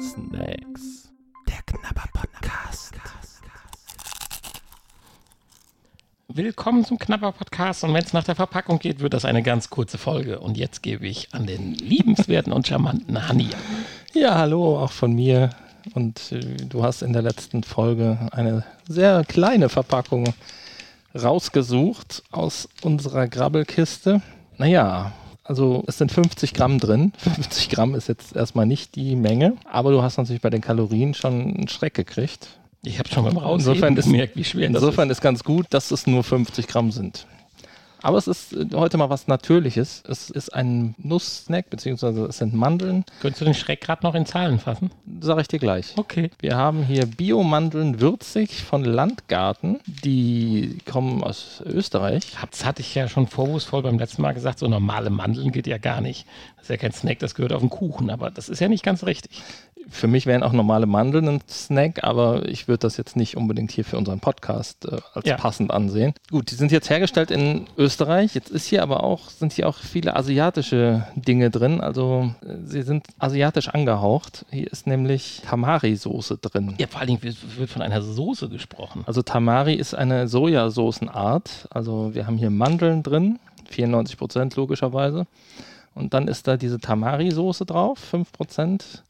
Snacks. Der Knapper Podcast. Willkommen zum Knapper Podcast. Und wenn es nach der Verpackung geht, wird das eine ganz kurze Folge. Und jetzt gebe ich an den liebenswerten und charmanten Hanni. Ja, hallo, auch von mir. Und äh, du hast in der letzten Folge eine sehr kleine Verpackung rausgesucht aus unserer Grabbelkiste. Naja, also es sind 50 Gramm drin. 50 Gramm ist jetzt erstmal nicht die Menge, aber du hast natürlich bei den Kalorien schon einen Schreck gekriegt. Ich habe schon beim Rausheben Insofern ist, gemerkt, wie schwer das insofern ist ganz gut, dass es nur 50 Gramm sind. Aber es ist äh, heute mal was Natürliches. Es ist ein Nuss-Snack, beziehungsweise es sind Mandeln. ist. Könntest du den Schreck gerade noch in Zahlen fassen? Sag ich dir gleich. Okay. Wir haben hier Biomandeln würzig von Landgarten. Die kommen aus Österreich. Das hatte ich ja schon vorwurfsvoll beim letzten Mal gesagt, so normale Mandeln geht ja gar nicht. Das ist ja kein Snack, das gehört auf den Kuchen, aber das ist ja nicht ganz richtig. Für mich wären auch normale Mandeln ein Snack, aber ich würde das jetzt nicht unbedingt hier für unseren Podcast äh, als Ja. passend ansehen. Gut, die sind jetzt hergestellt in Österreich. Jetzt ist hier aber auch, sind hier auch viele asiatische Dinge drin. Also äh, sie sind asiatisch angehaucht. Hier ist nämlich Tamari-Soße drin. Ja, vor allen Dingen wird wird von einer Soße gesprochen. Also Tamari ist eine Sojasoßenart. Also wir haben hier Mandeln drin, 94 Prozent logischerweise. Und dann ist da diese Tamari-Soße drauf, 5 Prozent.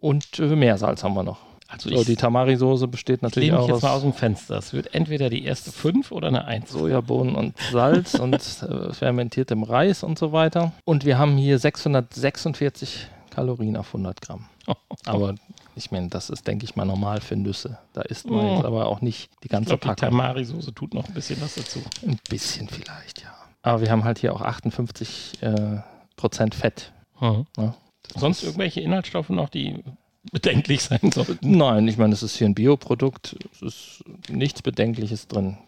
Und äh, Meersalz haben wir noch. Also So, ich die Tamari-Soße besteht natürlich lehne mich auch jetzt mal aus aus dem Fenster. Es wird entweder die erste 5 oder eine 1. Sojabohnen und Salz und äh, fermentiertem Reis und so weiter. Und wir haben hier 646 Kalorien auf 100 Gramm. Oh, Aber ich meine, das ist, denke ich mal, normal für Nüsse. Da isst man Mm. jetzt aber auch nicht die ich ganze glaube, die Packung. Tamari-Soße tut noch ein bisschen was dazu. Ein bisschen vielleicht, ja. Aber wir haben halt hier auch 58 äh, Prozent Fett. Ja. Sonst irgendwelche Inhaltsstoffe noch, die bedenklich sein sollten. Nein, ich meine, es ist hier ein Bioprodukt. Es ist nichts Bedenkliches drin.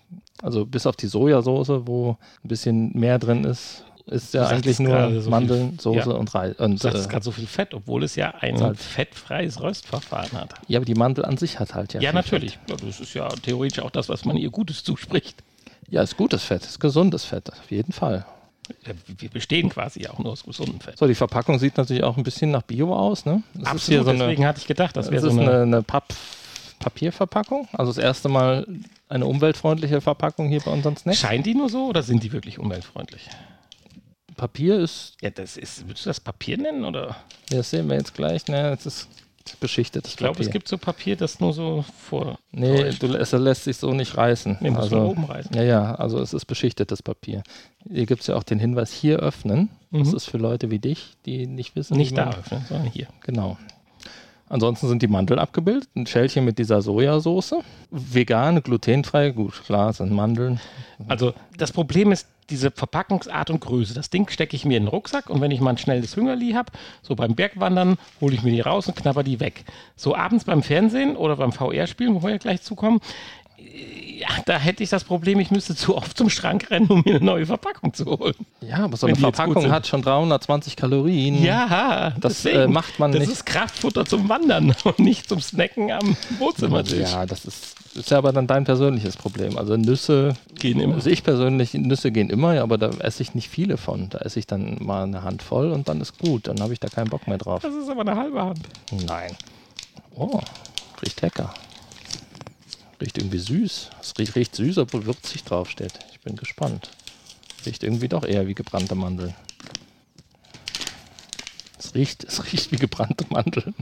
Also bis auf die Sojasauce, wo ein bisschen mehr drin ist, ist ja Du sagtest eigentlich nur gerade so Mandeln, viel- Soße ja. und Reis. Und, Du sagst, es äh, gerade so viel Fett, obwohl es ja ein Salz. fettfreies Röstverfahren hat. ja, aber die Mandel an sich hat halt ja. Ja, viel Fett. natürlich. Ja, das ist ja theoretisch auch das, was man ihr Gutes zuspricht. Ja, ist gutes Fett, ist gesundes Fett, auf jeden Fall. Ja, Wir bestehen quasi auch nur aus gesundem Fett. So, die Verpackung sieht natürlich auch ein bisschen nach Bio aus, ne? Es Absolut, ist hier so eine, deswegen hatte ich gedacht, das wäre Das so ist eine, eine, eine Papp Papierverpackung. Also das erste Mal eine umweltfreundliche Verpackung hier bei unseren Snacks. Scheint die nur so oder sind die wirklich umweltfreundlich? Papier ist, Ja, das ist, würdest du das Papier nennen? Oder? das sehen wir jetzt gleich, ne, es ist beschichtet. Ich glaube, es gibt so Papier, das nur so vor. Nee, du, es lässt sich so nicht reißen. Nee, muss man also, oben reißen. ja, ja, also es ist beschichtetes Papier. Hier gibt es ja auch den Hinweis, hier öffnen. Das ist für Leute wie dich, die nicht wissen. Mhm. Nicht wie da man- öffnen, sondern hier. Genau. Ansonsten sind die Mandeln abgebildet, ein Schälchen mit dieser Sojasauce. Vegan, glutenfrei, gut, klar, sind Mandeln. Also das Problem ist diese Verpackungsart und Größe. Das Ding stecke ich mir in den Rucksack und wenn ich mal ein schnelles Hüngerli habe, so beim Bergwandern, hole ich mir die raus und knabber die weg. So abends beim Fernsehen oder beim VR-Spielen, wo wir ja gleich zukommen, äh, ja, da hätte ich das Problem, ich müsste zu oft zum Schrank rennen, um mir eine neue Verpackung zu holen. Ja, aber so Wenn eine die jetzt gut Verpackung sind. hat schon 320 Kalorien. Ja, Das, deswegen. äh, macht man das nicht. ist Kraftfutter zum Wandern und nicht zum Snacken am Wohnzimmertisch. Ja, das ist, ist ja aber dann dein persönliches Problem. Also Nüsse Gehen immer. Also ich persönlich, Nüsse gehen immer, ja, aber da esse ich nicht viele von. Da esse ich dann mal eine Handvoll und dann ist gut. Dann habe ich da keinen Bock mehr drauf. Das ist aber eine halbe Hand. Nein. Oh, riecht lecker. Riecht irgendwie süß. Es riecht, riecht süß, obwohl würzig draufsteht. Ich bin gespannt. Riecht irgendwie doch eher wie gebrannte Mandeln. Es riecht, es riecht wie gebrannte Mandeln.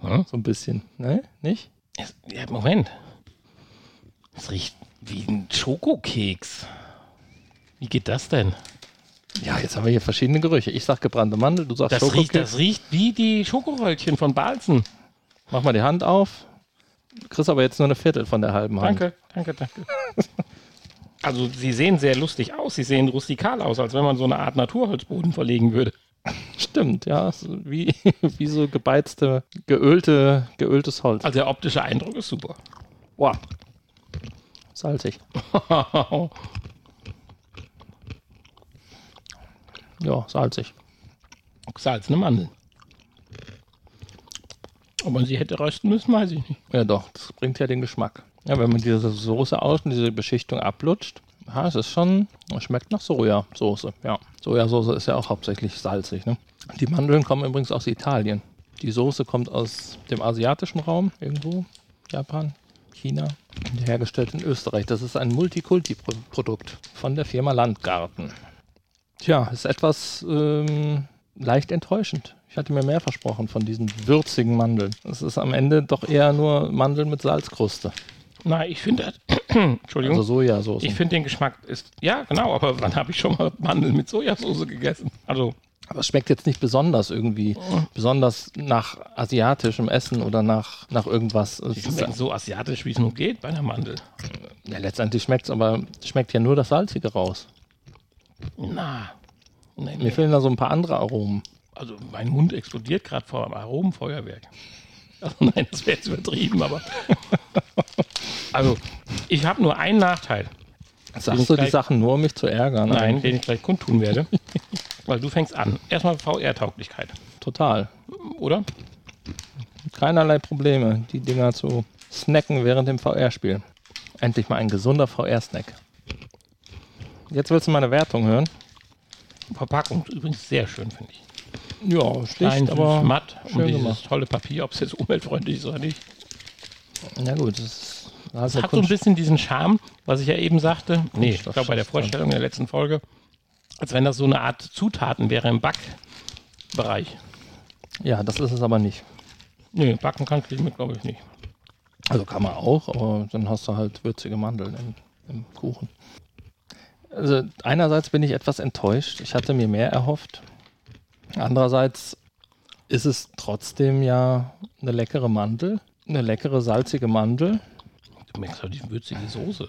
Hm? So ein bisschen. Ne? Nicht? Es- Ja, Moment. Es riecht wie ein Schokokeks. Wie geht das denn? Ja, jetzt haben wir hier verschiedene Gerüche. Ich sag gebrannte Mandel, du sagst Das riecht, Schokokeks. das riecht wie die Schokoröllchen von Balzen. Mach mal die Hand auf. Du kriegst aber jetzt nur eine Viertel von der halben Hand. Danke, danke, danke. Also sie sehen sehr lustig aus. Sie sehen rustikal aus, als wenn man so eine Art Naturholzboden verlegen würde. Stimmt, ja. so Wie, wie so gebeizte, geölte, geöltes Holz. Also der optische Eindruck ist super. Boah. Salzig. Ja, salzig. Salz, eine Mandel. Ob man sie hätte rösten müssen, weiß ich nicht. Ja, doch, das bringt ja den Geschmack. Ja, wenn man diese Soße aus und diese Beschichtung ablutscht, ja, es ist schon, es schmeckt nach Sojasoße, ja. Sojasauce ist ja auch hauptsächlich salzig. Ne? Die Mandeln kommen übrigens aus Italien. Die Soße kommt aus dem asiatischen Raum, irgendwo, Japan, China, hergestellt in Österreich. Das ist ein Multikulti-Produkt von der Firma Landgarten. Tja, ist etwas ähm, leicht enttäuschend. Ich hatte mir mehr versprochen von diesen würzigen Mandeln. Es ist am Ende doch eher nur Mandeln mit Salzkruste. Na, ich finde, Entschuldigung, Also Sojasauce. Mhm. ich finde den Geschmack ist, ja genau, aber wann habe ich schon mal Mandeln mit Sojasauce gegessen? Also, Aber es schmeckt jetzt nicht besonders irgendwie, Mhm. besonders nach asiatischem Essen oder nach, nach irgendwas. Es die ist- schmecken so asiatisch, wie es nur geht bei einer Mandel. ja, letztendlich schmeckt es, aber es schmeckt ja nur das Salzige raus. Na, nee, Mir nee. fehlen da so ein paar andere Aromen. also mein Mund explodiert gerade vor einem Aromenfeuerwerk. Also nein, das wäre jetzt übertrieben, aber. Also, ich habe nur einen Nachteil. Sagst du die gleich- Sachen nur, um mich zu ärgern? Nein, den ich gleich kundtun werde. Weil du fängst an. Erstmal VR-Tauglichkeit, Total. oder? Keinerlei Probleme, die Dinger zu snacken während dem VR-Spiel. Endlich mal ein gesunder VR-Snack. Jetzt willst du meine Wertung hören? Verpackung übrigens sehr schön, finde ich. Ja, Klein, schlicht, süß, aber matt schön und dieses gemacht. tolle Papier, ob es jetzt umweltfreundlich ist oder nicht. Na gut, das also ist, das Hat so ein bisschen diesen Charme, was ich ja eben sagte. Nee, ich Kunststoff- glaube bei der Vorstellung in der letzten Folge, als wenn das so eine Art Zutaten wäre im Backbereich. Ja, das ist es aber nicht. Nee, backen kann ich mit, glaube ich, nicht. Also kann man auch, aber dann hast du halt würzige Mandeln im, im Kuchen. Also einerseits bin ich etwas enttäuscht. Ich hatte mir mehr erhofft. Andererseits ist es trotzdem ja eine leckere Mandel, eine leckere salzige Mandel. Du merkst doch die würzige Soße.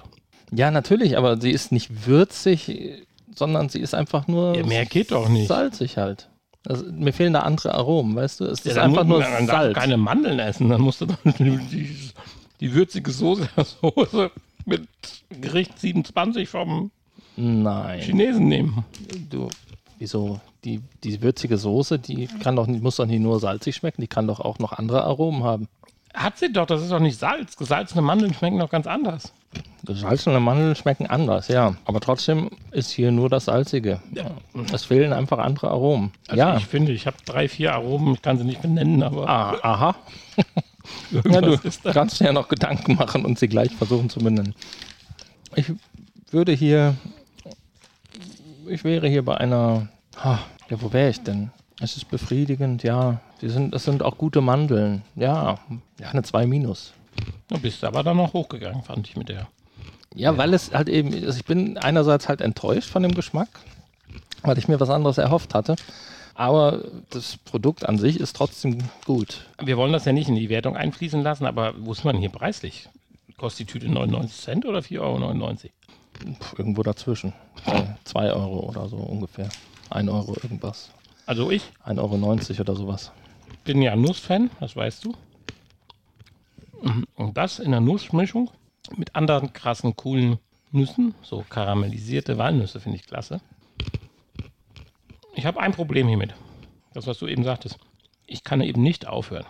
Ja, natürlich, aber sie ist nicht würzig, äh, sondern sie ist einfach nur Ja, mehr geht doch nicht. salzig halt. Also, mir fehlen da andere Aromen, weißt du? Es ist dann einfach mu- nur dann darfst du Salz. keine Mandeln essen, dann musst du dann die, die würzige Soße, Soße mit Gericht 27 vom Nein. Chinesen nehmen. Du, wieso? Die, die würzige Soße, die kann doch nicht, muss doch nicht nur salzig schmecken, die kann doch auch noch andere Aromen haben. Hat sie doch, das ist doch nicht Salz. Gesalzene Mandeln schmecken doch ganz anders. Gesalzene Mandeln schmecken anders, ja. Aber trotzdem ist hier nur das Salzige. Ja. Es fehlen einfach andere Aromen. ja. Also Ich finde, ich habe drei, vier Aromen, ich kann sie nicht benennen, aber Ah, aha. Ja, du irgendwas ist da. kannst dir ja noch Gedanken machen und sie gleich versuchen zu benennen. Ich würde hier, ich wäre hier bei einer, ah, ja, wo wäre ich denn? Es ist befriedigend, ja. Sie sind, es sind auch gute Mandeln, ja. Ja, eine 2 minus. Du bist aber dann noch hochgegangen, fand ich mit der. Ja, weil es halt eben, also ich bin einerseits halt enttäuscht von dem Geschmack, weil ich mir was anderes erhofft hatte. Aber das Produkt an sich ist trotzdem gut. Wir wollen das ja nicht in die Wertung einfließen lassen, aber wo ist man hier preislich? Kostet die Tüte 99 Cent oder 4,99 Euro? Pff, irgendwo dazwischen. 2 Euro oder so ungefähr. 1 Euro irgendwas. Also ich 1,90 Euro oder sowas. bin ja Nussfan, das weißt du. Mhm. Und das in der Nussmischung mit anderen krassen, coolen Nüssen, so karamellisierte Walnüsse finde ich klasse. Ich habe ein Problem hiermit. Das, was du eben sagtest. Ich kann eben nicht aufhören.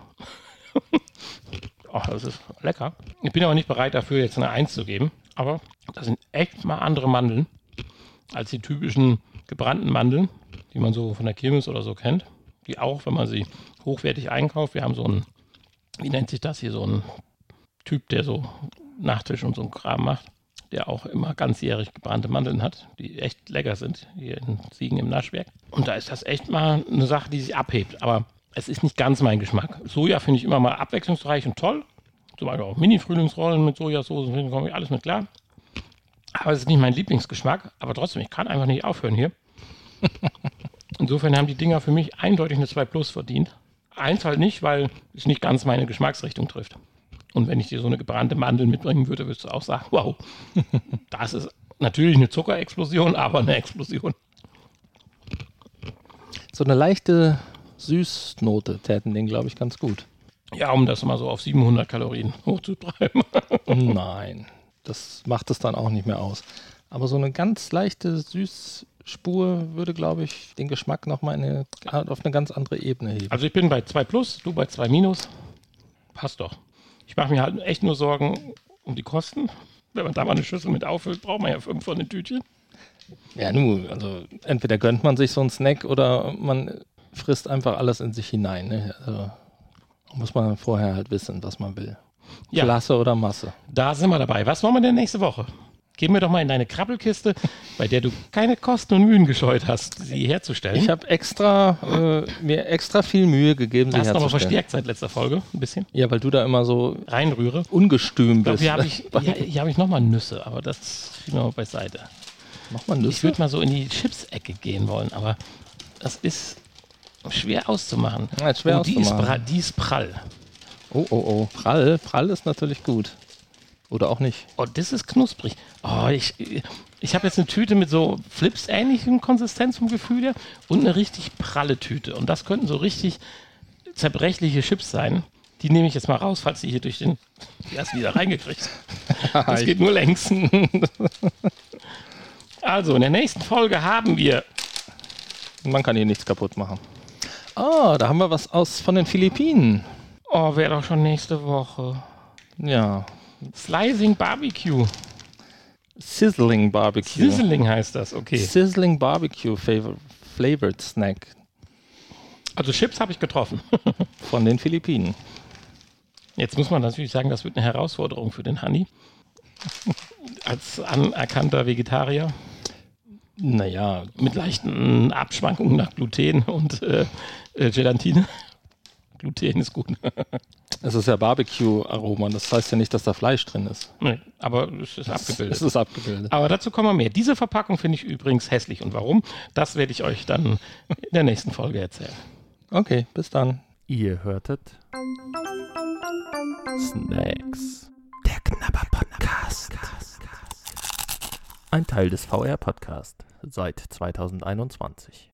Ach, das ist lecker. Ich bin aber nicht bereit dafür, jetzt eine Eins zu geben. Aber das sind echt mal andere Mandeln als die typischen gebrannten Mandeln, die man so von der Kirmes oder so kennt. Die auch, wenn man sie hochwertig einkauft. Wir haben so einen, wie nennt sich das hier, so einen Typ, der so Nachtisch und so einen Kram macht, der auch immer ganzjährig gebrannte Mandeln hat, die echt lecker sind, hier in Siegen im Naschwerk. Und da ist das echt mal eine Sache, die sich abhebt. Aber es ist nicht ganz mein Geschmack. Soja finde ich immer mal abwechslungsreich und toll. Zum Beispiel auch Mini-Frühlingsrollen mit Sojasoße, finde ich, komme ich alles mit klar. Aber es ist nicht mein Lieblingsgeschmack. Aber trotzdem, ich kann einfach nicht aufhören hier. Insofern haben die Dinger für mich eindeutig eine 2 Plus verdient. Eins halt nicht, weil es nicht ganz meine Geschmacksrichtung trifft. Und wenn ich dir so eine gebrannte Mandel mitbringen würde, würdest du auch sagen, wow, das ist natürlich eine Zuckerexplosion, aber eine Explosion. So eine leichte Süßnote täten den, glaube ich, ganz gut. Ja, um das mal so auf 700 Kalorien hochzutreiben. Nein, das macht es dann auch nicht mehr aus. Aber so eine ganz leichte Süßspur würde, glaube ich, den Geschmack nochmal eine, auf eine ganz andere Ebene heben. Also ich bin bei 2 Plus, du bei 2 Minus. Passt doch. Ich mache mir halt echt nur Sorgen um die Kosten. Wenn man da mal eine Schüssel mit auffüllt, braucht man ja fünf von den Tütchen. Ja, nu, also entweder gönnt man sich so einen Snack oder man frisst einfach alles in sich hinein. Ne? Also muss man vorher halt wissen, was man will. Ja. Klasse oder Masse. Da sind wir dabei. Was machen wir denn nächste Woche? Geh mir doch mal in deine Krabbelkiste, bei der du keine Kosten und Mühen gescheut hast, sie herzustellen. Ich habe extra äh, mir extra viel Mühe gegeben, sie hast du nochmal herzustellen. verstärkt seit letzter Folge, ein bisschen. Ja, weil du da immer so Reinrühre. ungestüm Ich glaube, bist. hier habe ich, hier, hier hab ich nochmal Nüsse, aber das schieben wir mal beiseite. Mach mal Ich Nüsse. würde mal so in die Chips-Ecke gehen wollen, aber das ist schwer auszumachen. Ja, ist schwer oh, die, ist auszumachen. prall, die ist prall. Oh, oh, oh. Prall. Prall ist natürlich gut. Oder auch nicht. Oh, das ist knusprig. Oh, ich ich habe jetzt eine Tüte mit so Flips-ähnlichem Konsistenz vom Gefühl her und eine richtig pralle Tüte. Und das könnten so richtig zerbrechliche Chips sein. Die nehme ich jetzt mal raus, falls die hier durch den. Die hast du wieder reingekriegt. Das geht nur längs. Also, in der nächsten Folge haben wir. Man kann hier nichts kaputt machen. Ah, da haben wir was aus von den Philippinen. Oh, wäre doch schon nächste Woche. Ja. Slicing Barbecue. Sizzling Barbecue. Sizzling heißt das, okay. Sizzling Barbecue Favor Flavored Snack Also Chips habe ich getroffen. von den Philippinen. Jetzt muss man natürlich sagen, das wird eine Herausforderung für den Hanni. Als anerkannter Vegetarier Naja, mit leichten Abschwankungen nach Gluten und äh, äh, Gelatine. Gluten ist gut. es ist ja Barbecue-Aroma. Das heißt ja nicht, dass da Fleisch drin ist. nee, aber es ist Es abgebildet. ist abgebildet. Aber dazu kommen wir mehr. Diese Verpackung finde ich übrigens hässlich. Und warum? Das werde ich euch dann in der nächsten Folge erzählen. Okay, bis dann. Ihr hörtet Snacks. Der Knapper Podcast. Ein Teil des VR Podcast seit 2021.